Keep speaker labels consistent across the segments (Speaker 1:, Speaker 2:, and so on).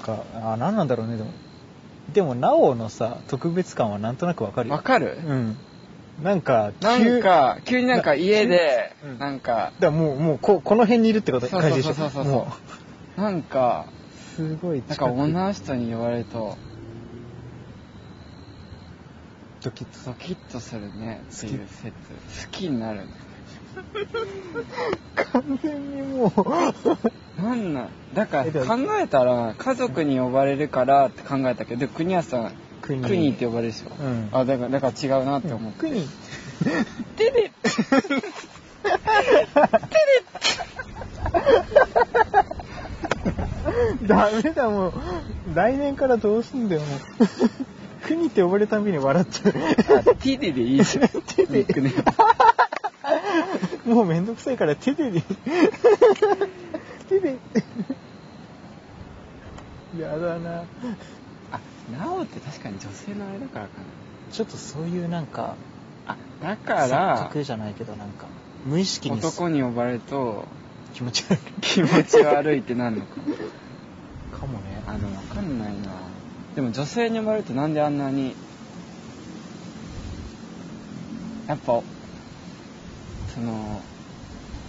Speaker 1: か、あ、なんなんだろうね、でも。でも、なおのさ、特別感はなんとなくわかるよ。
Speaker 2: わかる
Speaker 1: うん。なんか、
Speaker 2: なんか、急になんか
Speaker 1: な
Speaker 2: 家で
Speaker 1: 急にう、ん
Speaker 2: なんか、
Speaker 1: だからもう、もうこ、この辺にいるってこと
Speaker 2: そうそう
Speaker 1: 感じでし
Speaker 2: そ
Speaker 1: ょ。
Speaker 2: うそうそう
Speaker 1: も
Speaker 2: なんか、
Speaker 1: う、すごい
Speaker 2: なん
Speaker 1: 近
Speaker 2: か
Speaker 1: くに
Speaker 2: 女の人に言われると、
Speaker 1: ドキッと
Speaker 2: ドキッとするねっていう説。好きになるね。
Speaker 1: 完全にもう
Speaker 2: なんなんだか
Speaker 1: えで
Speaker 2: ら
Speaker 1: も
Speaker 2: 考えたら、家族に呼ばれるからって考えたけど、で国安さん、
Speaker 1: 国
Speaker 2: 国って呼ばれるでしょ。
Speaker 1: うん
Speaker 2: あ、だから、だから違うなって思って。
Speaker 1: 国ダメだもう来年からどうすんだ よもう国って呼ばれるたびに笑っちゃ
Speaker 2: あ、ティデでいいじゃん。
Speaker 1: テデ
Speaker 2: ニックネーム
Speaker 1: う もうめんどくさいから手で 手で やだな
Speaker 2: あ、なおって確かに女性のあれだからか
Speaker 1: ちょっとそういうなんか
Speaker 2: な。あ、だから、
Speaker 1: 錯覚じゃないけどなんか無意識に
Speaker 2: 男に呼ばれると、
Speaker 1: 気持ち悪
Speaker 2: 気持ち悪いってなるのか。
Speaker 1: いかもね
Speaker 2: あの、わかんないな。でも女性に呼ばれるとなんであんなに、やっぱ、その、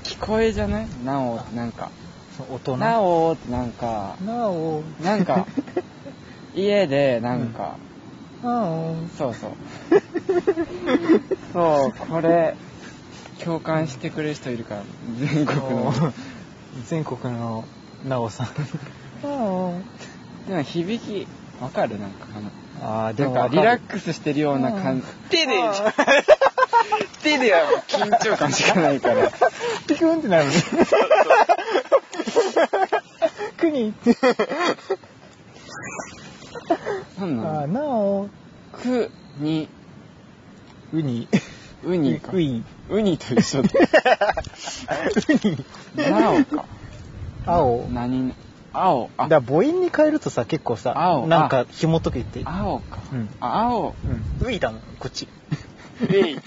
Speaker 2: 聞こえじゃないなおってなんか。
Speaker 1: その大人
Speaker 2: なおってなんか、
Speaker 1: なお
Speaker 2: なんか、家でなんか、
Speaker 1: なお
Speaker 2: そうそう。そう、これ、共感してくれる人いるから、全国の。
Speaker 1: 全国のなおさんなお
Speaker 2: でも響き、わかるなんか、あの、
Speaker 1: ああで
Speaker 2: なん
Speaker 1: も
Speaker 2: か
Speaker 1: わ
Speaker 2: リラッ
Speaker 1: かる
Speaker 2: クスしてるような感じ
Speaker 1: うん。
Speaker 2: 手 で
Speaker 1: うん、
Speaker 2: 手ではもう緊張感しかないから。
Speaker 1: ピクンってな るね国って
Speaker 2: なんな
Speaker 1: あ
Speaker 2: の
Speaker 1: なお
Speaker 2: く、に、
Speaker 1: ウニ
Speaker 2: うにか。
Speaker 1: ウニ
Speaker 2: うにと一緒だ。
Speaker 1: ウニ
Speaker 2: なおか。
Speaker 1: 青
Speaker 2: 何、青、
Speaker 1: だ
Speaker 2: あ
Speaker 1: か、ら母音に変えるとさ結構さ
Speaker 2: 青
Speaker 1: なんか紐解けて
Speaker 2: 青か
Speaker 1: うん。
Speaker 2: あ青、
Speaker 1: うんウイだもんこっ ち
Speaker 2: えい、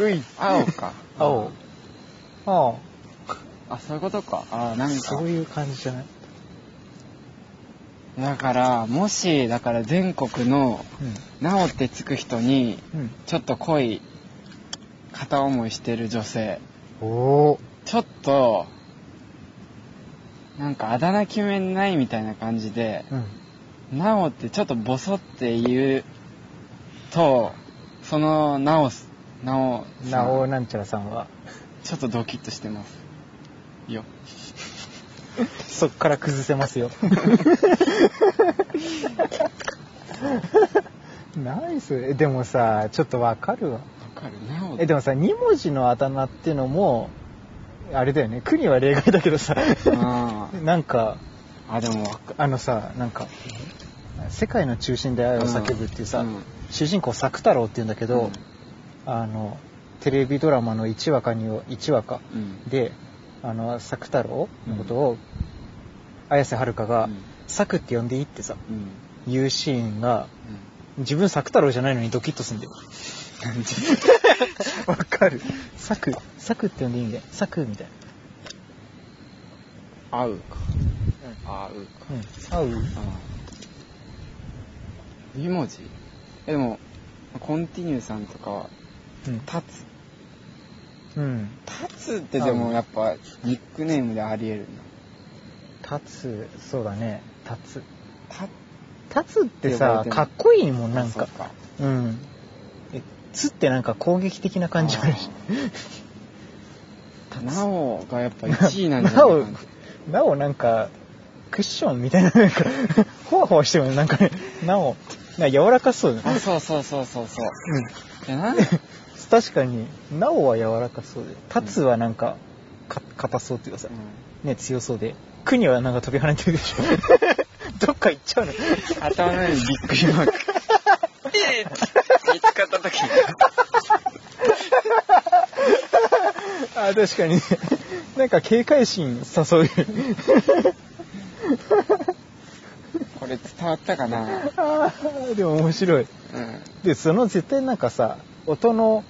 Speaker 1: ウイ
Speaker 2: 青か。
Speaker 1: 青青
Speaker 2: あ、そういうことか。あ、なんか
Speaker 1: そう。いう感じじゃない
Speaker 2: だから、もし、だから全国の、なおってつく人に、
Speaker 1: うんうん
Speaker 2: ちょっと濃い、片思いしてる女性。
Speaker 1: おお
Speaker 2: ちょっと、なんかあだ名決めないみたいな感じで、
Speaker 1: うん
Speaker 2: なおってちょっとボソって言うと、そのなおす、なおさん、
Speaker 1: なおなんちゃらさんは
Speaker 2: ちょっとドキッとしてます。よ。
Speaker 1: そっから崩せます よ。 ナイス。えでもさ、ちょっとわかるわ。
Speaker 2: わかるなお
Speaker 1: え、でもさ、2文字のあだ名ってのも、あれだよね。国は例外だけどさ、
Speaker 2: あ
Speaker 1: なんか、
Speaker 2: ーあ、でもわか
Speaker 1: あのさ、なんか、世界の中心で愛を叫ぶっていうさ、
Speaker 2: うんうん
Speaker 1: 主人公作太郎っていうんだけど、
Speaker 2: うん
Speaker 1: あの、テレビドラマの1話か2話、1話か、
Speaker 2: うん
Speaker 1: で、あの、作太郎のことを、綾瀬はるかが、
Speaker 2: うん
Speaker 1: 作って呼んでいいってさ、
Speaker 2: うん。うん。
Speaker 1: 言うシーンが、自分作太郎じゃないのにドキッとすん だよ。
Speaker 2: なんで
Speaker 1: わかる。作、作って呼んでいいんだよ。作みたい
Speaker 2: 合うか。
Speaker 1: な。
Speaker 2: 合うか。
Speaker 1: うん。合う
Speaker 2: うん。2文字え、でも、コンティニューさんとかは、
Speaker 1: うん。
Speaker 2: 立つ。
Speaker 1: うん。
Speaker 2: 立つってでもやっぱ、ニックネームであり得る
Speaker 1: 立つ、そうだね。立つ。
Speaker 2: な。立
Speaker 1: 立つって
Speaker 2: 呼ばれ
Speaker 1: さ
Speaker 2: て、る
Speaker 1: かっこいいもん、なん
Speaker 2: あ
Speaker 1: か
Speaker 2: そ。うか
Speaker 1: うん。え、つってなんか攻撃的な感じがあるし。
Speaker 2: つ。 なおがやっぱ1位なん じゃない
Speaker 1: なお
Speaker 2: かな。、
Speaker 1: なおなんか、クッションみたいな、なんか、ほわほわしてるなんかね、なお、なんか柔らかそうだね。
Speaker 2: あ、そうそうそうそうそう。
Speaker 1: うん。
Speaker 2: いや、なん
Speaker 1: 確かに、なおは柔らかそうで、立つはなんか、か、硬そうっていうかさ、ね、強そうで、国はなんか飛び跳ねてるでしょ。どっか行っちゃうの。
Speaker 2: 頭の上にびっくりマーク。えー見つかった時に。
Speaker 1: あ、確かに。なんか警戒心誘う。
Speaker 2: これ伝わったかな
Speaker 1: あーでも面白い。
Speaker 2: うん。
Speaker 1: で、その絶対なんかさ、音の、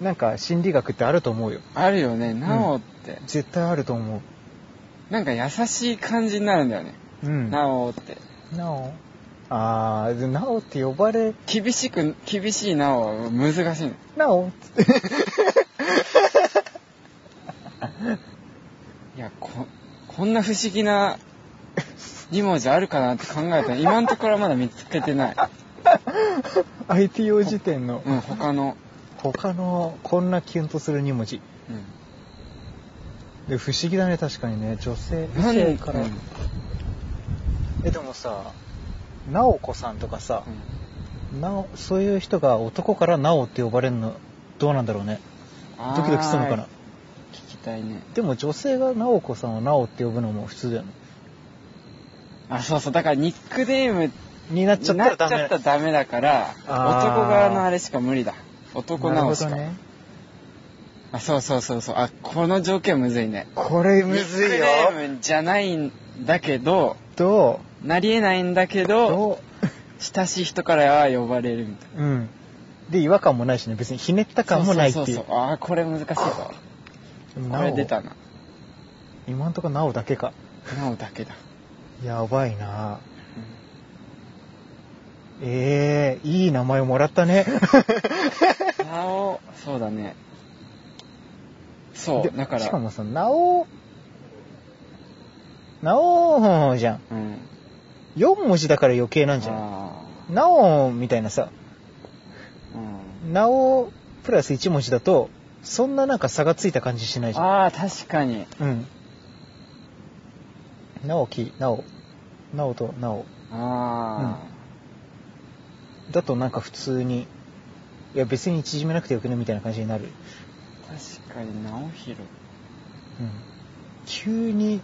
Speaker 1: なんか心理学ってあると思うよ。
Speaker 2: あるよね、なおって。
Speaker 1: 絶対あると思う。
Speaker 2: なんか優しい感じになるんだよね。
Speaker 1: うん
Speaker 2: なおって。
Speaker 1: なおあーでなおって呼ばれ
Speaker 2: 厳しく、厳しいなおは難しいの。
Speaker 1: なおっつって
Speaker 2: いや、こ、こんな不思議な2文字あるかなって考えたら、今のところはまだ見つけてない。
Speaker 1: ITO 辞典の
Speaker 2: うん、他の。
Speaker 1: 他のこんなキュンとする2文字
Speaker 2: う
Speaker 1: で不思議だね確かにね女性
Speaker 2: ん。な
Speaker 1: 女
Speaker 2: ん
Speaker 1: 性から
Speaker 2: うん
Speaker 1: えでもさなおこさんとかさ、なおそういう人が男からなおって呼ばれるのどうなんだろうねドキドキするのか。
Speaker 2: あ
Speaker 1: な
Speaker 2: ー聞きたいね。
Speaker 1: でも女性がなおこさんをなおって呼ぶのも普通だよね
Speaker 2: あ、そうそう、だからニックネーム
Speaker 1: になっちゃったらダ
Speaker 2: な
Speaker 1: メ
Speaker 2: っちゃったらダメだから、
Speaker 1: あー
Speaker 2: 男側のあれしか無理だ。男
Speaker 1: なる
Speaker 2: 直
Speaker 1: ほ
Speaker 2: し
Speaker 1: ど
Speaker 2: か。
Speaker 1: ね
Speaker 2: あ、そうそうそうそう。あ、この条件むずいね。
Speaker 1: これむずいよ
Speaker 2: ニックネームじゃないんだけど、
Speaker 1: ど
Speaker 2: なりえないんだけ
Speaker 1: う
Speaker 2: ど、
Speaker 1: ど
Speaker 2: 親しい人からは呼ばれるみたいな。
Speaker 1: ううんで違和感もないしね別にひねった感もないっていう
Speaker 2: そうそうそうああ、これ難しいぞ。こ
Speaker 1: なお
Speaker 2: れ出たな。
Speaker 1: 今んとこなおだけか
Speaker 2: なおだけだ。
Speaker 1: やばいなええいい名前もらったね
Speaker 2: うんなお、そうだね。そ
Speaker 1: で
Speaker 2: う、だか、
Speaker 1: しからもさなおなおじゃん
Speaker 2: うん。
Speaker 1: 4文字だから余計なんじゃない
Speaker 2: あ
Speaker 1: なおみたいなさ、
Speaker 2: ーうん
Speaker 1: なおプラス1文字だと、そんななんか差がついた感じしないじゃん。
Speaker 2: あー、確かに。
Speaker 1: うん。なおき、なお、なおとなお。
Speaker 2: ああ。
Speaker 1: だとなんか普通に、いや別に縮めなくてよくねみたいな感じになる。
Speaker 2: 確かに直弘
Speaker 1: うん。急に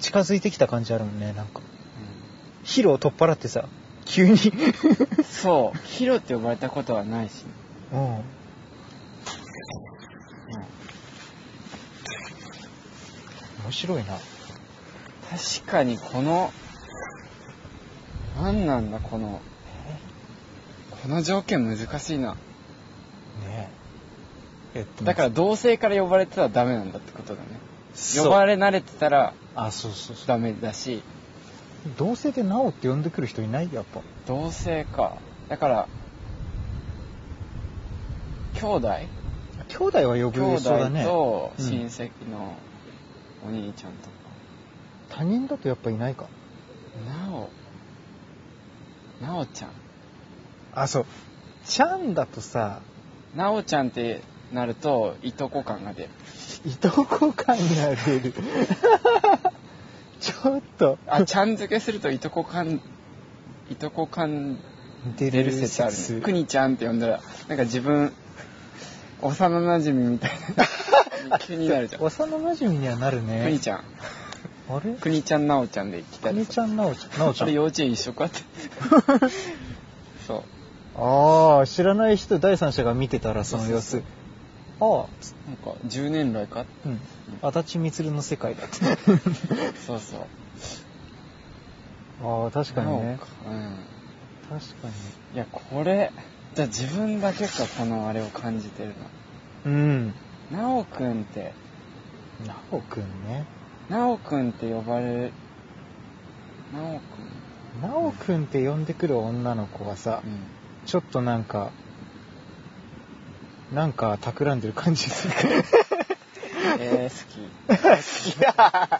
Speaker 1: 近づいてきた感じあるもんね、なんか。ヒロを取っ払ってさ、急 に。
Speaker 2: うん、そうヒロって呼ばれたことはないし、
Speaker 1: うん。面白いな。
Speaker 2: 確かにこの何なんだこのこの条件難しいな
Speaker 1: ねえ。えっと
Speaker 2: だから同性から呼ばれてたらダメなんだってことだね
Speaker 1: そう
Speaker 2: 呼ばれ慣れてたら
Speaker 1: あ、そうそうそう。
Speaker 2: ダメだし
Speaker 1: 同性でなおって呼んでくる人いないやっぱ。
Speaker 2: 同性かだから兄弟
Speaker 1: 兄弟は呼
Speaker 2: 兄
Speaker 1: ぶ
Speaker 2: 弟
Speaker 1: そうだね。
Speaker 2: と
Speaker 1: うん
Speaker 2: 親戚のお兄ちゃんとか、
Speaker 1: 他人だとやっぱいないか。
Speaker 2: なおなおちゃん
Speaker 1: あ、そう。ちゃんだとさ、
Speaker 2: なおちゃんってなるといとこ感が出る
Speaker 1: いとこ感が出 る。ちょっと。
Speaker 2: あちゃん付けするといとこ感いとこ感
Speaker 1: 出
Speaker 2: 出る説あるねくにちゃんって呼んだらなんか自分幼なじみみたい な気になるじゃんく
Speaker 1: 幼馴染にはなるね。
Speaker 2: にちゃん
Speaker 1: あれ
Speaker 2: くにちゃんなおちゃんで来た
Speaker 1: く
Speaker 2: り
Speaker 1: に
Speaker 2: さ
Speaker 1: ちゃん、なおちゃん。なおち
Speaker 2: あ
Speaker 1: ゃ
Speaker 2: れ
Speaker 1: ん。
Speaker 2: 幼稚園一緒かってそう
Speaker 1: ああ、知らない人、第三者が見てたらその様
Speaker 2: そ
Speaker 1: 子
Speaker 2: うそ。
Speaker 1: ああ、
Speaker 2: なんか10年来か
Speaker 1: うん。足立みつるの世界 だって。
Speaker 2: そうそう
Speaker 1: ああ、確かにね
Speaker 2: な。おうん
Speaker 1: 確かに。
Speaker 2: いやこれじゃあ自分だけかこのあれを感じてる
Speaker 1: うん。
Speaker 2: のなおくんって
Speaker 1: なおくんね。
Speaker 2: なおくんって呼ばれるなおくん
Speaker 1: なおくんって呼んでくる女の子はさ、
Speaker 2: うん
Speaker 1: ちょっとなんか、なんか企んでる感じする。
Speaker 2: えー、好
Speaker 1: 好きだ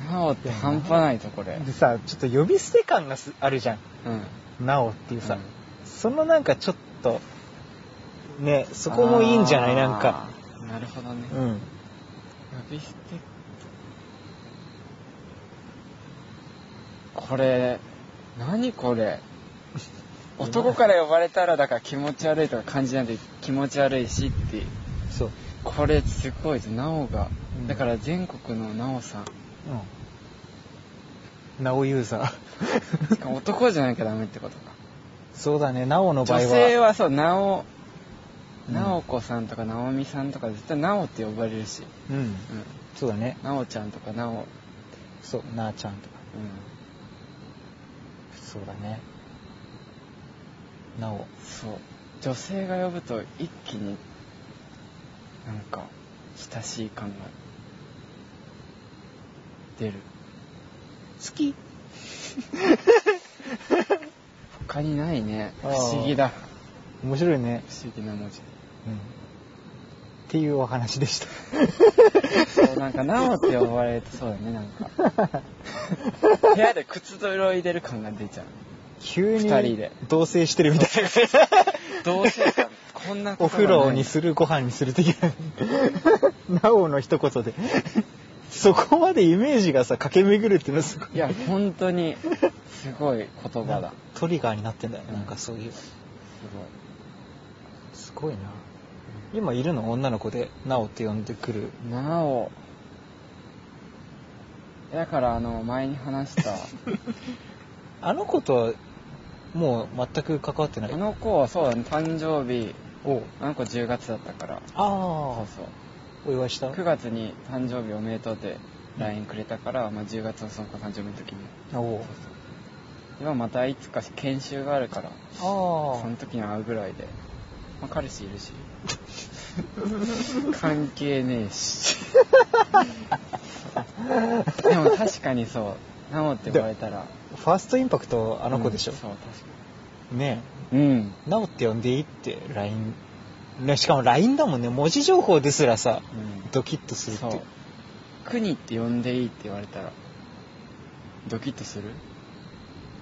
Speaker 2: きなおって半端ないとこれ
Speaker 1: でさ、ちょっと呼び捨て感がすあるじゃ
Speaker 2: うん
Speaker 1: ん。なおっていうさ、
Speaker 2: うん
Speaker 1: そのなんかちょっと、ね、そこもいいんじゃない
Speaker 2: あー
Speaker 1: なんか。
Speaker 2: なるほどね、
Speaker 1: う
Speaker 2: 呼
Speaker 1: ん。
Speaker 2: び捨てこれ何これ男から呼ばれたらだから気持ち悪いとか感じないで気持ち悪いしっていう
Speaker 1: そう。
Speaker 2: これすごいですなおが、
Speaker 1: うん
Speaker 2: だから全国のなおさん
Speaker 1: うん。なおユーザー。
Speaker 2: しかも男じゃなきゃダメってことか
Speaker 1: そうだね、なおの場合
Speaker 2: 女
Speaker 1: は。
Speaker 2: 性はそうなお
Speaker 1: うん
Speaker 2: なおこさんとかなおみさんとか絶対なおって呼ばれるし、
Speaker 1: うん。
Speaker 2: う
Speaker 1: そうだね。
Speaker 2: ん、なおちゃんとかなお、うん、
Speaker 1: そう、なあちゃんとか。そうだね。なお。
Speaker 2: そう女性が呼ぶと一気になんか親しい感が出る
Speaker 1: 好き
Speaker 2: 他にないね不
Speaker 1: あー
Speaker 2: 思議だ不
Speaker 1: 面白いね、
Speaker 2: 思議な文字
Speaker 1: うん、っていうお話でした
Speaker 2: そう なんか「なお」って呼ばれてそうだねな んか部屋で靴泥入れる感が出ちゃう
Speaker 1: 急に
Speaker 2: 二人で
Speaker 1: 同棲してるみたいな
Speaker 2: 同棲感こんな
Speaker 1: お
Speaker 2: こと
Speaker 1: 風呂に
Speaker 2: る
Speaker 1: するご飯にする的ななおの一言でそこまでイメージがさ駆け巡るっていうのはすごい
Speaker 2: いや本当にすごい言葉だ
Speaker 1: トリガーになってんだよねなんかそういう
Speaker 2: すごい
Speaker 1: すごいな今いるの女の子で「なお」って呼んでくる
Speaker 2: なおだからあの前に話した
Speaker 1: あの子とはもう全く関わってない
Speaker 2: あの子はそうだね誕生日
Speaker 1: おう
Speaker 2: あの子10月だったからそ
Speaker 1: あ
Speaker 2: うそう
Speaker 1: あお祝いした
Speaker 2: 9月に誕生日おめでとうって LINE くれたから、まあ、10月のその子誕生日の時に
Speaker 1: おお
Speaker 2: 今またいつか研修があるからその
Speaker 1: あ
Speaker 2: 時に会うぐらいで、まあ、彼氏いるし 関係ね えしでも確かにそうなおって言われたら
Speaker 1: あファーストインパクトあの子でしょ
Speaker 2: うん、そう確か
Speaker 1: ね
Speaker 2: にうん
Speaker 1: え「なお」って呼んでいいって LINE ねしかも LINE だもんね文字情報ですらさ
Speaker 2: うん
Speaker 1: ドキッとするって
Speaker 2: そ
Speaker 1: いうう
Speaker 2: 国って呼んでいいって言われたらドキッとする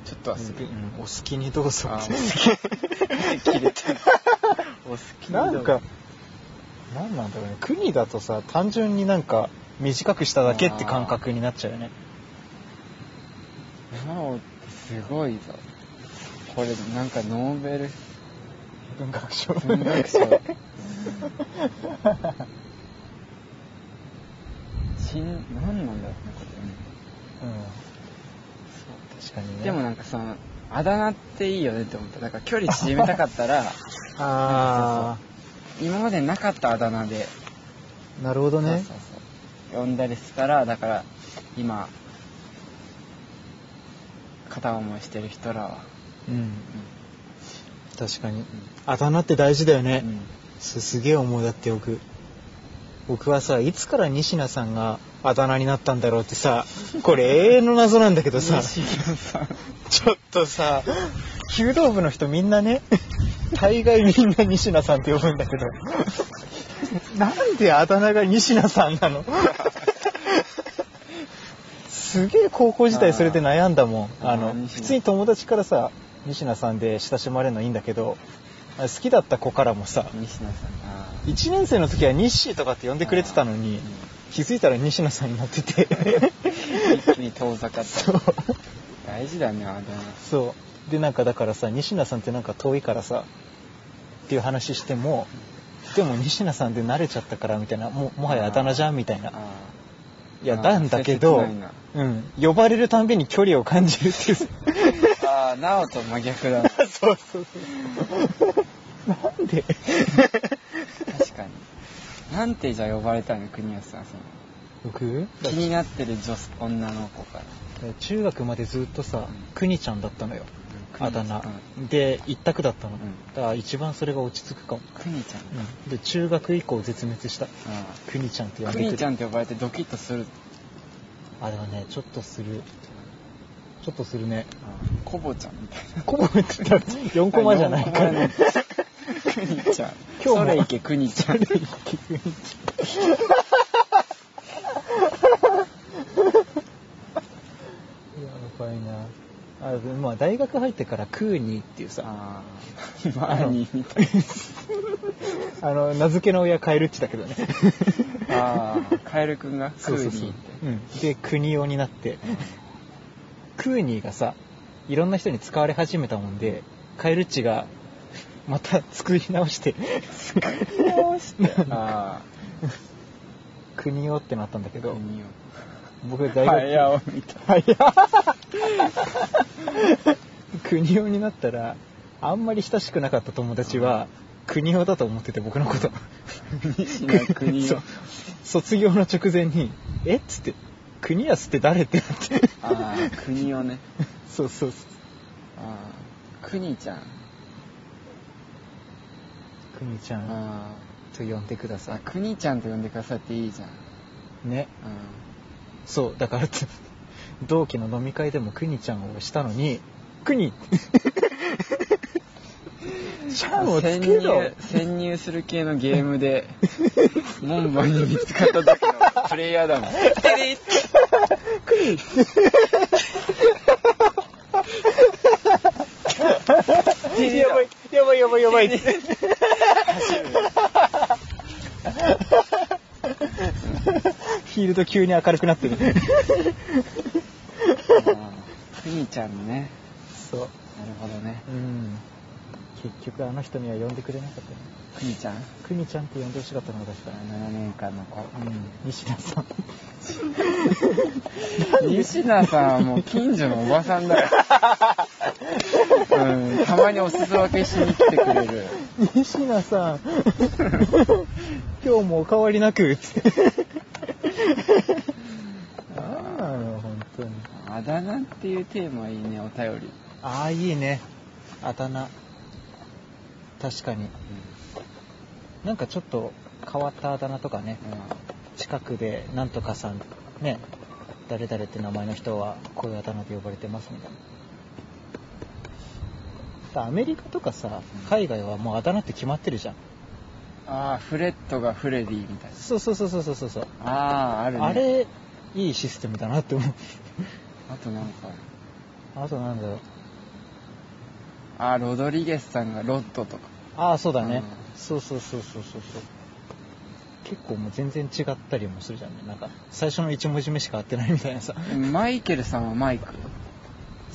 Speaker 2: ちょっとはする、
Speaker 1: うんお好きに どうぞ
Speaker 2: あー切れてるお好き
Speaker 1: な
Speaker 2: だ
Speaker 1: んかなんなんだろうね国だとさ単純になんか短くしただけって感覚になっちゃうよね
Speaker 2: なおってすごいぞこれなんかノーベル
Speaker 1: 文学賞
Speaker 2: 文 学賞しん何なんだろうねこれ、
Speaker 1: うん確かにね
Speaker 2: でもなんかそのあだ名っていいよねって思っただから距離縮めたかったら
Speaker 1: あ
Speaker 2: 今までなかったあだ名で
Speaker 1: あなるほどね
Speaker 2: そうそうそう呼んだりしたらだから今片思いしてる人らは、
Speaker 1: うん
Speaker 2: う
Speaker 1: 確かにあだ名って大事だよね、
Speaker 2: ん
Speaker 1: すすげえ思うだって僕僕はさいつから仁科さんがあだ名になったんだろうってさこれ永遠の謎なんだけどさ
Speaker 2: 西野さん
Speaker 1: ちょっとさ、弓道部の人みんなね、大概みんな西名さんって呼ぶんだけど、なんであだ名が西名さんなのすげえ高校時代それで悩んだもん。
Speaker 2: あー
Speaker 1: あ
Speaker 2: あ
Speaker 1: の、
Speaker 2: ー
Speaker 1: 普通に友達からさ、西名さんで親しまれるのいいんだけど、好きだった子からもさ、
Speaker 2: 西野さんあー
Speaker 1: 1年生の時はニッシーとかって呼んでくれてたのに、気づいたら西名さんになって て。
Speaker 2: 一気に遠ざかっ
Speaker 1: そ
Speaker 2: た
Speaker 1: う
Speaker 2: 大事だねあだ
Speaker 1: そうでなんかだからさ西名さんってなんか遠いからさっていう話してもでも西名さんで慣れちゃったからみたいなももはやあだ名じゃんみたい
Speaker 2: 名
Speaker 1: な
Speaker 2: あー
Speaker 1: いや
Speaker 2: あー
Speaker 1: なんだけど
Speaker 2: 切ないな
Speaker 1: うん呼ばれるたんびに距離を感じる っていう
Speaker 2: ああなおと真逆だな
Speaker 1: そうそうそうなん で
Speaker 2: 確かになんてじゃあ呼ばれたの国安さんその
Speaker 1: 僕
Speaker 2: 気になってる女子女の子から
Speaker 1: 中学までずっとさくにちゃんだったのよあだ名
Speaker 2: うん
Speaker 1: で一択だったの
Speaker 2: うん
Speaker 1: だから一番それが落ち着くかも
Speaker 2: くにちゃん
Speaker 1: で中学以降絶滅した
Speaker 2: あ
Speaker 1: くにちゃんって呼
Speaker 2: あ
Speaker 1: ん
Speaker 2: く
Speaker 1: でく
Speaker 2: に
Speaker 1: る
Speaker 2: ちゃんって呼ばれてドキッとする
Speaker 1: あれはねちょっとするちょっとするね
Speaker 2: コボちゃんみたいな
Speaker 1: コボって言ったら4コマじゃないから ね
Speaker 2: くにちゃん
Speaker 1: 今日も
Speaker 2: それいけくにちゃん
Speaker 1: やばいなあでまあ大学入ってからクーニーっていうさ
Speaker 2: あーマーニーみたい
Speaker 1: あの名付けの親カエルっちだけ どね
Speaker 2: なあーカエルくんがクーニーって
Speaker 1: うん、で国用になってクーニーがさいろんな人に使われ始めたもんでカエルっちがまた作り直して
Speaker 2: どうしてあ
Speaker 1: 国用ってなったんだけ
Speaker 2: あ
Speaker 1: ど
Speaker 2: 国を
Speaker 1: 僕大学
Speaker 2: 早尾みたい
Speaker 1: 早い国用になったらあんまり親しくなかった友達は国用だと思ってて僕のこと
Speaker 2: 西野国
Speaker 1: そ
Speaker 2: を
Speaker 1: う卒業の直前に「えっ?」つって「国安って誰?」ってなって
Speaker 2: ああ国をね
Speaker 1: そうそうそ
Speaker 2: ああ国ちゃん
Speaker 1: う国ちゃん
Speaker 2: ああ
Speaker 1: と呼んでくださ
Speaker 2: あくにちゃんと呼んでくださいっていいじゃん
Speaker 1: いねそうだからつ同期の飲み会でもくにちゃんをしたのにく にちゃ
Speaker 2: うんん
Speaker 1: をつけろ
Speaker 2: 潜入潜入する系のゲーム で門番に見つかった時のプレイヤーだもん
Speaker 1: やばいやばいやばいやばいフィールド急に明るくなってる
Speaker 2: くにちゃんね
Speaker 1: そう
Speaker 2: なるほどね
Speaker 1: うん結局あの人には呼んでくれなかったね
Speaker 2: くにちゃん
Speaker 1: くにちゃんって呼んでほしかったの確かに
Speaker 2: 7年間の子
Speaker 1: うん西田さん
Speaker 2: 西田さんはもう近所のおばさ んだよ、うん、たまにおすす分けしに来てくれる
Speaker 1: 西田さん 今日もお変わりなく つって何なの本当に
Speaker 2: あだ名っていうテーマいいねお便り、
Speaker 1: ああいいねあだ名確かになんかちょっと変わったあだ名とかね近くでなんとかさんね誰々って名前の人はこういうあだ名で呼ばれてますみたいなだアメリカとかさ海外はもうあだ名って決まってるじゃん
Speaker 2: ああフレットがフレディみたい
Speaker 1: そうそうそうそうそうそうそう
Speaker 2: なあああるね
Speaker 1: あれいいシステムだなって思う
Speaker 2: あとなんか
Speaker 1: あとなんだろう
Speaker 2: ああロドリゲスさんがロッドとか
Speaker 1: ああそうだね、
Speaker 2: う
Speaker 1: そうそうそうそうそうそう結構もう全然違ったりもするじゃんねなんか最初の1文字目しか合ってないみたいなさ
Speaker 2: マイケルさんはマイク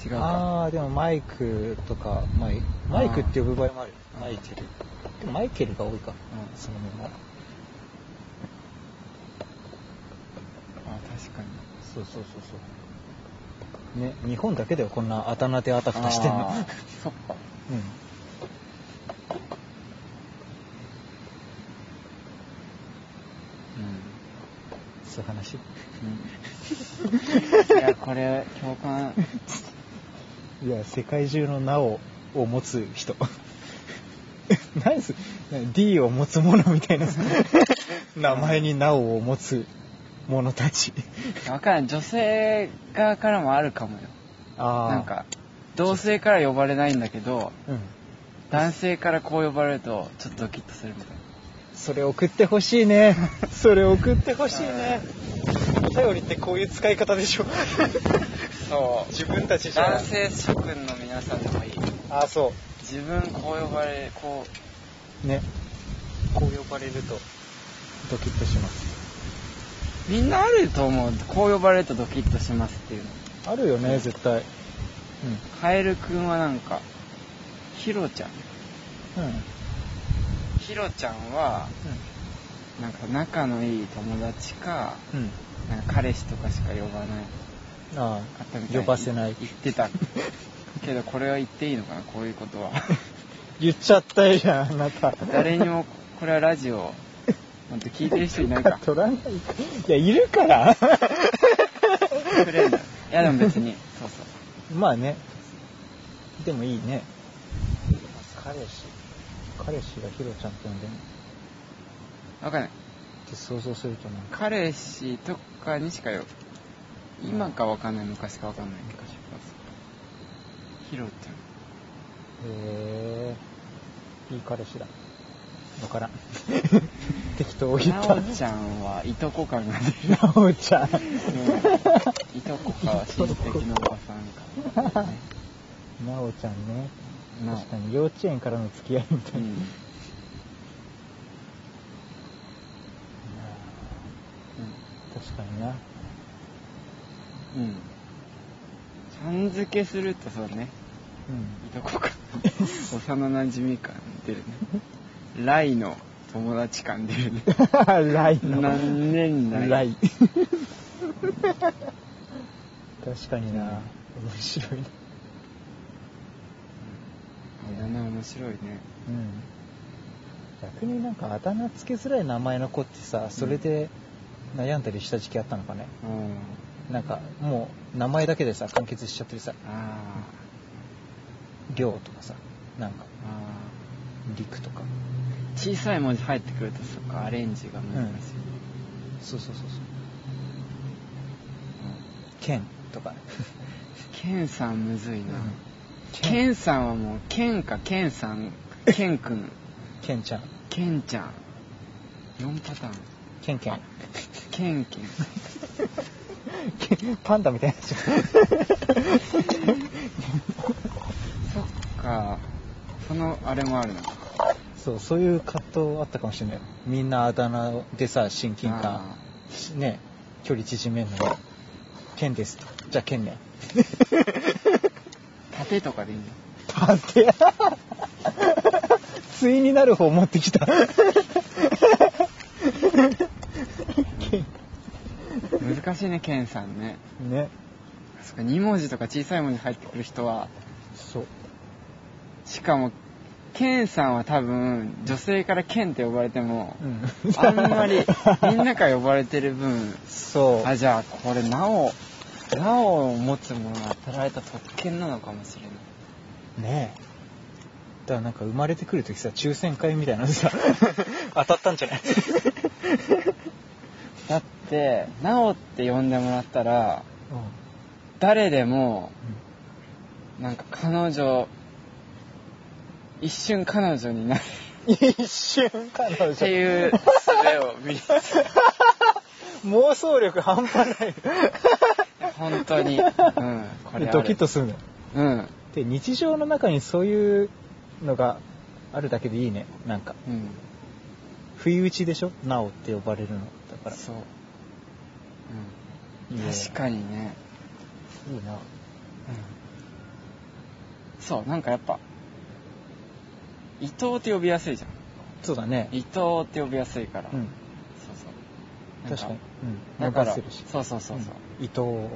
Speaker 2: 違うか
Speaker 1: ああでもマイクとかマイマイクって呼ぶ場合もある
Speaker 2: あー
Speaker 1: マイケルでもマイケルが多いか、
Speaker 2: うん
Speaker 1: そのまま
Speaker 2: あ確かに
Speaker 1: そうそうそうそうね日本だけだよこんなあだ名であたふたしてんの
Speaker 2: あーそっか
Speaker 1: うん
Speaker 2: う
Speaker 1: そういう話
Speaker 2: ん、うん、いやこれ共感
Speaker 1: いや世界中の名をを持つ人 何す D を持つ者みた いなさ名前に名を持つ者たち
Speaker 2: わからん女性側からもあるかもよ
Speaker 1: ああ
Speaker 2: なんか同性から呼ばれないんだけど
Speaker 1: うん
Speaker 2: 男性からこう呼ばれるとちょっとドキッとするみたいな
Speaker 1: それ送ってほしいね それ送ってほしいねお便りってこういう使い方でしょ
Speaker 2: そ
Speaker 1: 自分たちじゃ
Speaker 2: 男性諸君の皆さんでもいい
Speaker 1: ああそ
Speaker 2: 自分こう呼ばれこう
Speaker 1: うねこう呼ばれるとドキッとします
Speaker 2: みんなあると思うこう呼ばれるとドキッとしますっていうの
Speaker 1: あるよね絶対
Speaker 2: カエルくんはなんかヒロちゃん
Speaker 1: うんうん、
Speaker 2: ヒロちゃんはなんか仲のいい友達か
Speaker 1: うん、
Speaker 2: なんか彼氏とかしか呼ばない
Speaker 1: あ
Speaker 2: あったみたい
Speaker 1: あ呼ばせない
Speaker 2: 言ってたけどこれは言っていいのかなこういうことは
Speaker 1: 言っちゃったじゃんあなた
Speaker 2: 誰にもこれはラジオほんと聞いてる人いな いか
Speaker 1: 取らないいやいるから
Speaker 2: くれんだいやでも別にそうそう
Speaker 1: まあねでもいいね彼氏彼氏がヒロちゃんって呼んでる
Speaker 2: 分かんない
Speaker 1: って想像するとなんか
Speaker 2: 彼氏とかにしかよ今か分かんない昔か分かんないけど
Speaker 1: 昔
Speaker 2: ヒロち
Speaker 1: へえいい彼氏だわ からん適当言っ
Speaker 2: ゃ
Speaker 1: た
Speaker 2: んなおちゃんはいとこ感が出る
Speaker 1: なおちゃん
Speaker 2: いとこか親戚のおばさんか、ね、
Speaker 1: なおちゃんね
Speaker 2: なお
Speaker 1: 確かに幼稚園からの付き合いみた
Speaker 2: う
Speaker 1: いな、
Speaker 2: ん
Speaker 1: 確かにな
Speaker 2: うんうんさん付けするとそう ね
Speaker 1: うん
Speaker 2: いとこか幼なじみ感出るねライの友達感出るね
Speaker 1: ライの
Speaker 2: 何年来
Speaker 1: ライ確かにな面白いな
Speaker 2: あだ名面白いね
Speaker 1: うん逆になんかあだ名つけづらい名前の子ってさそれで悩んだりした時期あったのかね、
Speaker 2: うん
Speaker 1: なんかもう名前だけでさ完結しちゃってるさ
Speaker 2: あ
Speaker 1: 「りょう」とかさなんか
Speaker 2: ー
Speaker 1: 「
Speaker 2: あ
Speaker 1: りく」とか
Speaker 2: 小さい文字入ってくるとそっかアレンジが難しい、
Speaker 1: うんそうそうそうそう剣とかね
Speaker 2: ケンさんむずい
Speaker 1: うん
Speaker 2: な、ケンさんはもうケンかケンさんケンくん
Speaker 1: 剣ちゃん
Speaker 2: ケンちゃん4パターン
Speaker 1: 剣剣
Speaker 2: ケンケン
Speaker 1: パンダみたいな人
Speaker 2: そっかそのあれもあるな
Speaker 1: そうそういう葛藤あったかもしれないみんなあだ名でさ親近
Speaker 2: あ
Speaker 1: 感ね距離縮めるのに剣ですとじゃあ剣ね
Speaker 2: 縦とかでいいんだ
Speaker 1: パンテ ついになる方持ってきた剣
Speaker 2: 難しいねケンさんね
Speaker 1: ね
Speaker 2: そっか2文字とか小さい文字入ってくる人は
Speaker 1: そう
Speaker 2: しかもケンさんは多分女性からケンって呼ばれても、
Speaker 1: うん
Speaker 2: あんまりみんなから呼ばれてる分
Speaker 1: そう
Speaker 2: あじゃあこれなおなおを持つ者が与えられた特権なのかもしれない
Speaker 1: ねえだからなんか生まれてくる時さ抽選会みたいなの さ当たったんじゃない
Speaker 2: だってなおって呼んでもらったら
Speaker 1: うん
Speaker 2: 誰でもなんか彼女一瞬彼女になる
Speaker 1: 一瞬彼女
Speaker 2: っていう術を見つ
Speaker 1: 妄想力半端ない
Speaker 2: 本 当に、うん、これある
Speaker 1: ドキッとするの
Speaker 2: うん、
Speaker 1: で日常の中にそういうのがあるだけでいいねなんか
Speaker 2: うん、
Speaker 1: 不意打ちでしょなおって呼ばれるのだから
Speaker 2: そう、うん、
Speaker 1: いいね
Speaker 2: 確かにね、
Speaker 1: いいな
Speaker 2: うん、そうなんかやっぱ伊藤って呼びやすいじゃん
Speaker 1: そうだね
Speaker 2: 伊藤って呼びやすいから、
Speaker 1: うん
Speaker 2: そうそう
Speaker 1: 確かにう
Speaker 2: なんんかだ
Speaker 1: 任せ
Speaker 2: から
Speaker 1: るし
Speaker 2: そうそうそうそう、
Speaker 1: うん伊藤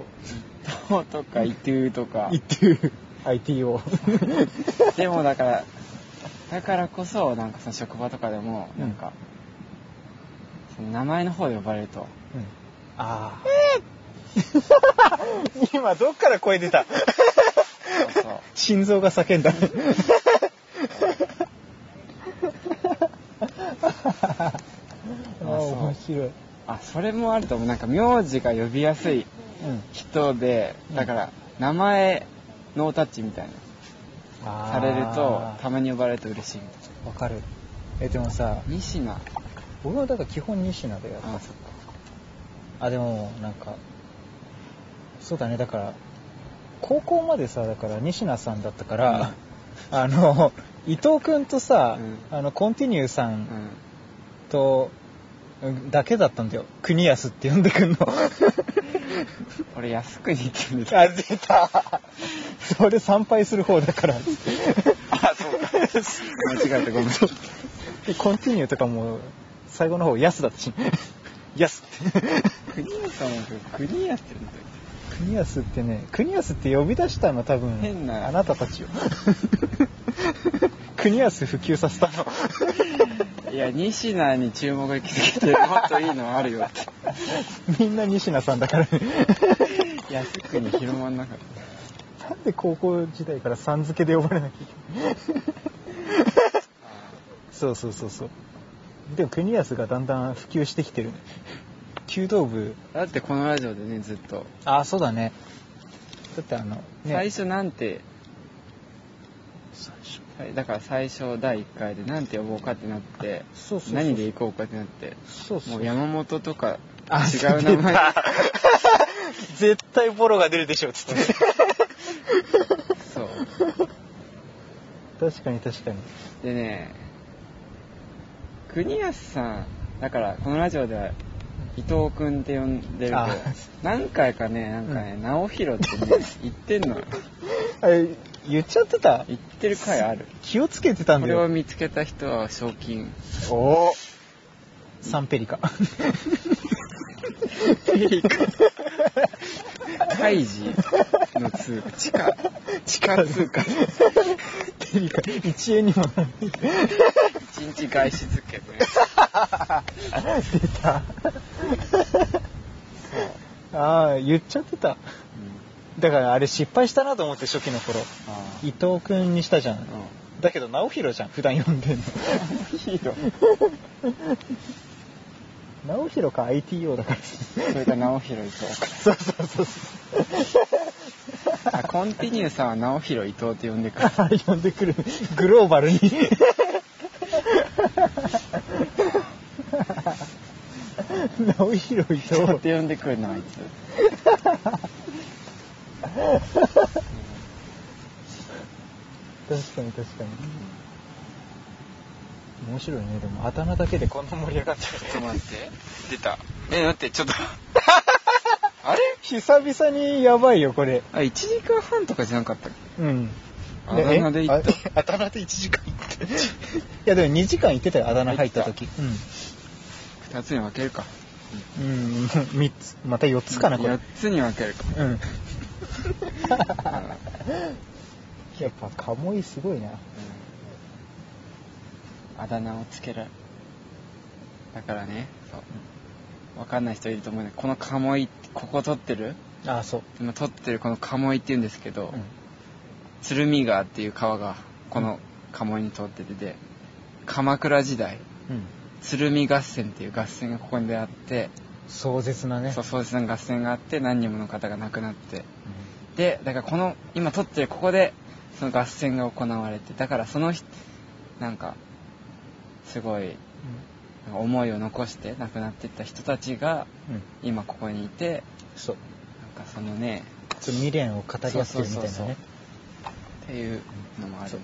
Speaker 2: 伊藤とか伊藤とか
Speaker 1: 伊藤 ITO
Speaker 2: でもだからだからこそなんかその職場とかでも
Speaker 1: うん
Speaker 2: なんか、その名前の方で呼ばれると
Speaker 1: うんああ 今どっから声 出た
Speaker 2: そうそう
Speaker 1: 心臓が叫んだああ
Speaker 2: そう
Speaker 1: 面白い、うん、
Speaker 2: あそれもあると思うなんか名字が呼びやすい人で
Speaker 1: うん
Speaker 2: だから名前ノータッチみたいな
Speaker 1: あー
Speaker 2: されるとたまに呼ばれると嬉しいみた
Speaker 1: わ
Speaker 2: い
Speaker 1: かるえでもさ
Speaker 2: な仁科
Speaker 1: 僕はだから基本仁科だよ
Speaker 2: あそっか
Speaker 1: あでもなんかそうだねだから高校までさだから仁科さんだったから、あの伊藤君とさ、
Speaker 2: う
Speaker 1: あのコンティニューさ
Speaker 2: うんん
Speaker 1: と、うんだけだったんだよ国安って呼んでくんの
Speaker 2: 俺安くに行ってんだ
Speaker 1: あ出たそれ参拝する方だ から
Speaker 2: あそうか間違えた ごめん
Speaker 1: でコンティニューとかも最後の方安だったし安って
Speaker 2: 国安さんは国安って言うんだよ
Speaker 1: 国安ってね国安って呼び出したの多分
Speaker 2: 変な
Speaker 1: あなたた ちよ 国安普及させたの
Speaker 2: いや、西名に注目が行きすぎて、もっといいのあるよって。
Speaker 1: みんな仁科さんだからね
Speaker 2: 安くに広まんなかっ
Speaker 1: なんで高校時代からさん付けで呼ばれなきゃい けないそうそうそうそうでも国安がだんだん普及してきてるね弓道部
Speaker 2: た。だってこのラジオでね、ずっと。
Speaker 1: ああそうだねだってあの、ね、
Speaker 2: 最初なんて、
Speaker 1: 最初
Speaker 2: はいだから最初第1回でなんて呼ぼうかってなって、
Speaker 1: そうそうそう
Speaker 2: 何で行こうかってなって、
Speaker 1: そうそう
Speaker 2: もう山本とか、
Speaker 1: あ
Speaker 2: 違う名前。
Speaker 1: 絶対ボロが出るでしょつって
Speaker 2: そう。
Speaker 1: 確かに確かに
Speaker 2: でね、国安さん、だからこのラジオでは、伊藤くんって呼んでるけど
Speaker 1: あ、
Speaker 2: 何回かね、なんかね、直弘ってね、言ってんのよ。
Speaker 1: あれ言っちゃってた
Speaker 2: 言ってる回ある。
Speaker 1: 気をつけてたん
Speaker 2: こ
Speaker 1: だ
Speaker 2: れを
Speaker 1: よ
Speaker 2: 見つけた人は賞金
Speaker 1: おおサンペリカ
Speaker 2: 開示の通貨地下地下通貨
Speaker 1: ペリカ1円にもならない
Speaker 2: 一日外出券ね
Speaker 1: 出たああ言っちゃってただからあれ失敗したなと思って初期の頃
Speaker 2: あ
Speaker 1: 伊藤君にしたじゃん
Speaker 2: ー
Speaker 1: だけど直弘じゃん普段読んでんの
Speaker 2: ヒーロー
Speaker 1: 直弘か ITO だから
Speaker 2: それか直弘伊藤
Speaker 1: そうそうそうそう
Speaker 2: あコンティニューさんは直弘伊藤って呼んでくる
Speaker 1: あ呼んでくるグローバルに直弘伊
Speaker 2: 伊
Speaker 1: 藤
Speaker 2: 藤って呼んでくるなあいつ
Speaker 1: 確かに確かに面白いねでもあだ名だけでこんな盛り上がっちゃう
Speaker 2: ちょっと 待って出たえ待ってちょっとあれ
Speaker 1: 久々にやばいよこれ
Speaker 2: あ1時間半とかじゃなかったっけ
Speaker 1: うん
Speaker 2: あだ名で行った
Speaker 1: えああだ名で1時間行 っていやでも2時間行ってたよあだ名入った時
Speaker 2: 2つに分けるか
Speaker 1: うん、うん、3つまた4つかなこれ
Speaker 2: 4つに分けるか
Speaker 1: うん やっぱ鴨居すごいな
Speaker 2: あだ名をつけられだからねそう分かんない人いると思うんでこのカモイここ撮ってる
Speaker 1: あそう、
Speaker 2: 今撮ってるこのカモイって言うんですけど、
Speaker 1: うん
Speaker 2: 鶴見川っていう川がこのカモイに通っててで鎌倉時代
Speaker 1: うん、
Speaker 2: 鶴見合戦っていう合戦がここであって、
Speaker 1: 壮絶なね
Speaker 2: そうそうですね合戦があって何人もの方が亡くなってでだからこの今撮ってるここでその合戦が行われてだからその人なんかすごいなんか思いを残して亡くなっていった人たちが
Speaker 1: うん、うん、
Speaker 2: 今ここにいて
Speaker 1: そう
Speaker 2: なんかそのね
Speaker 1: ちょっと未練を語り合ってるみたいなね
Speaker 2: そうそうそうそうっていうのもある
Speaker 1: そう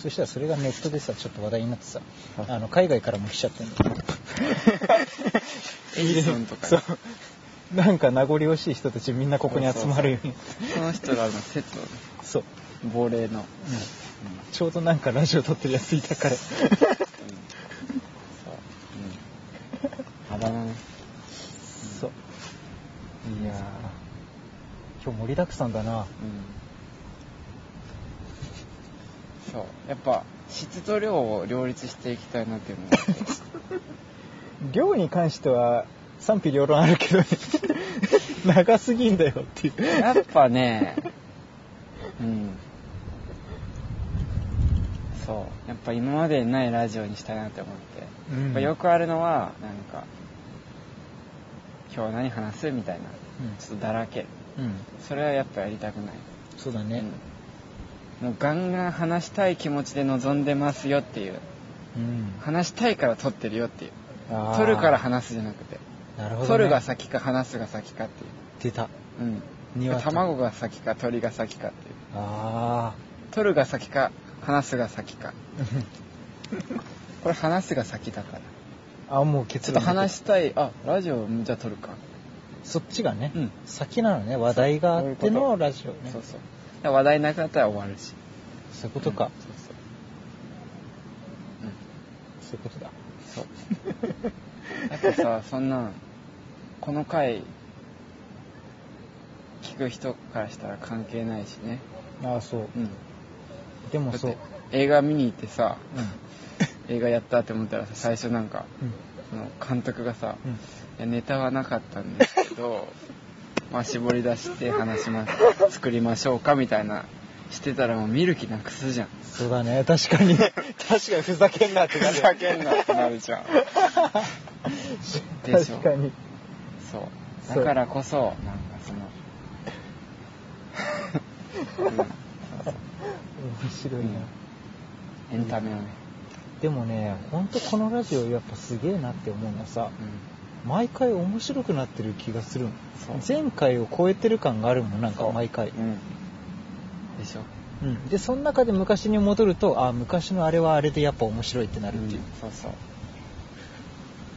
Speaker 1: そしたらそれがネットでさちょっと話題になってさ
Speaker 2: はい
Speaker 1: あの海外からも来ちゃってんの
Speaker 2: エジソンとか
Speaker 1: そ
Speaker 2: ね
Speaker 1: うなんか名残惜しい人たちみんなここに集まるように
Speaker 2: その人らのセット
Speaker 1: そう
Speaker 2: 亡霊の、
Speaker 1: ちょうどなんかラジオ撮ってるやついた から
Speaker 2: うん、あだ名ね
Speaker 1: そういやー今日盛りだくさんだな
Speaker 2: うんそうやっぱ質と量を両立していきたいなっていうのがあって
Speaker 1: 量に関しては賛否両論あるけど ね長すぎんだよっていう
Speaker 2: やっぱねうんそうやっぱ今までにないラジオにしたいなって思って、
Speaker 1: うん
Speaker 2: やっぱよくあるのはなんか「今日何話す?」みたいな
Speaker 1: うん
Speaker 2: ちょっとだらける
Speaker 1: うん
Speaker 2: それはやっぱやりたくない
Speaker 1: そうだね
Speaker 2: うんもうガンガン話したい気持ちで臨んでますよっていう
Speaker 1: うん、
Speaker 2: 話したいから撮ってるよっていう
Speaker 1: あー
Speaker 2: 撮るから話すじゃなくて、
Speaker 1: なるほど、ね、
Speaker 2: 撮るが先か話すが先かってい
Speaker 1: 出た
Speaker 2: う、うん、
Speaker 1: 鶏
Speaker 2: 卵が先か鳥が先かっていう
Speaker 1: あ
Speaker 2: 撮るが先か話すが先か
Speaker 1: ー
Speaker 2: これ話すが先だから
Speaker 1: あもう
Speaker 2: ち
Speaker 1: 結
Speaker 2: ょっと
Speaker 1: 論
Speaker 2: 話したいあラジオじゃあ撮るか
Speaker 1: そっちがね、
Speaker 2: うん
Speaker 1: 先なのね話題があって
Speaker 2: そういうこ
Speaker 1: の
Speaker 2: と
Speaker 1: ラジオね
Speaker 2: そうそうだから話題なかったら終わるし
Speaker 1: そういうことか、
Speaker 2: うんそうそう
Speaker 1: そういうことだ
Speaker 2: そうやっぱさそんなんこの回聞く人からしたら関係ないしね、
Speaker 1: ああそう
Speaker 2: うん、
Speaker 1: でも
Speaker 2: だっ
Speaker 1: そう
Speaker 2: て映画見に行ってさ、
Speaker 1: う
Speaker 2: 映画やったって思ったらさ最初なんか
Speaker 1: うん
Speaker 2: その監督がさ、
Speaker 1: うん
Speaker 2: いやネタはなかったんですけ どまあ絞り出して話します作りましょうかみたいなしてたらもう見る気なくすじゃん
Speaker 1: そうだね確かに 確かにふざけんなってなる
Speaker 2: ふざけ んなってなるじゃんでしょ
Speaker 1: 確かに
Speaker 2: そう
Speaker 1: そう
Speaker 2: だからこそなんかその
Speaker 1: 面白いな、
Speaker 2: エンタメをね、
Speaker 1: でもねほんとこのラジオやっぱすげえなって思うのはさ
Speaker 2: う
Speaker 1: 毎回面白くなってる気がするの
Speaker 2: そう
Speaker 1: 前回を超えてる感があるもんなんか
Speaker 2: そう
Speaker 1: 毎回
Speaker 2: ん、でしょ
Speaker 1: うんでその中で昔に戻るとあ昔のあれはあれでやっぱ面白いってなるっていう、
Speaker 2: そうそう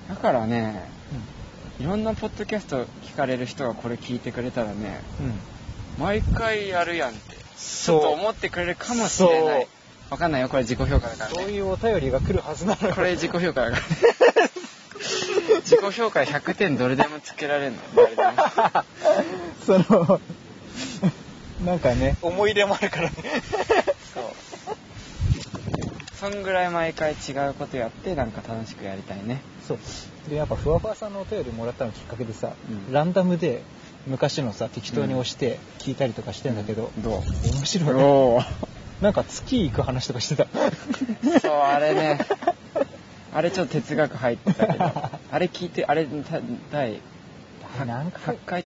Speaker 2: だからねいろんなポッドキャスト聞かれる人がこれ聞いてくれたらね
Speaker 1: うんうん
Speaker 2: 毎回やるやんってち
Speaker 1: そ
Speaker 2: ょ
Speaker 1: う
Speaker 2: っと思ってくれるかもしれない
Speaker 1: そ
Speaker 2: わかんないよこれ自己評価だから、ね、
Speaker 1: そういうお便りが来るはずなのよ
Speaker 2: これ自己評価だからね自己評価100点どれでもつけられるの誰でも
Speaker 1: そのなんかね思い入れもあるからね
Speaker 2: そうそんぐらい毎回違うことやってなんか楽しくやりたいね
Speaker 1: そうでやっぱふわふわさんのお便りもらったのきっかけでさ、
Speaker 2: うん
Speaker 1: ランダムで昔のさ適当に押して聞いたりとかしてんだけど、
Speaker 2: どう
Speaker 1: 面白い
Speaker 2: おお
Speaker 1: なんか月行く話とかしてた
Speaker 2: そうあれねあれちょっと哲学入ってたけどあれ聞いてあれた第
Speaker 1: 何回
Speaker 2: 8回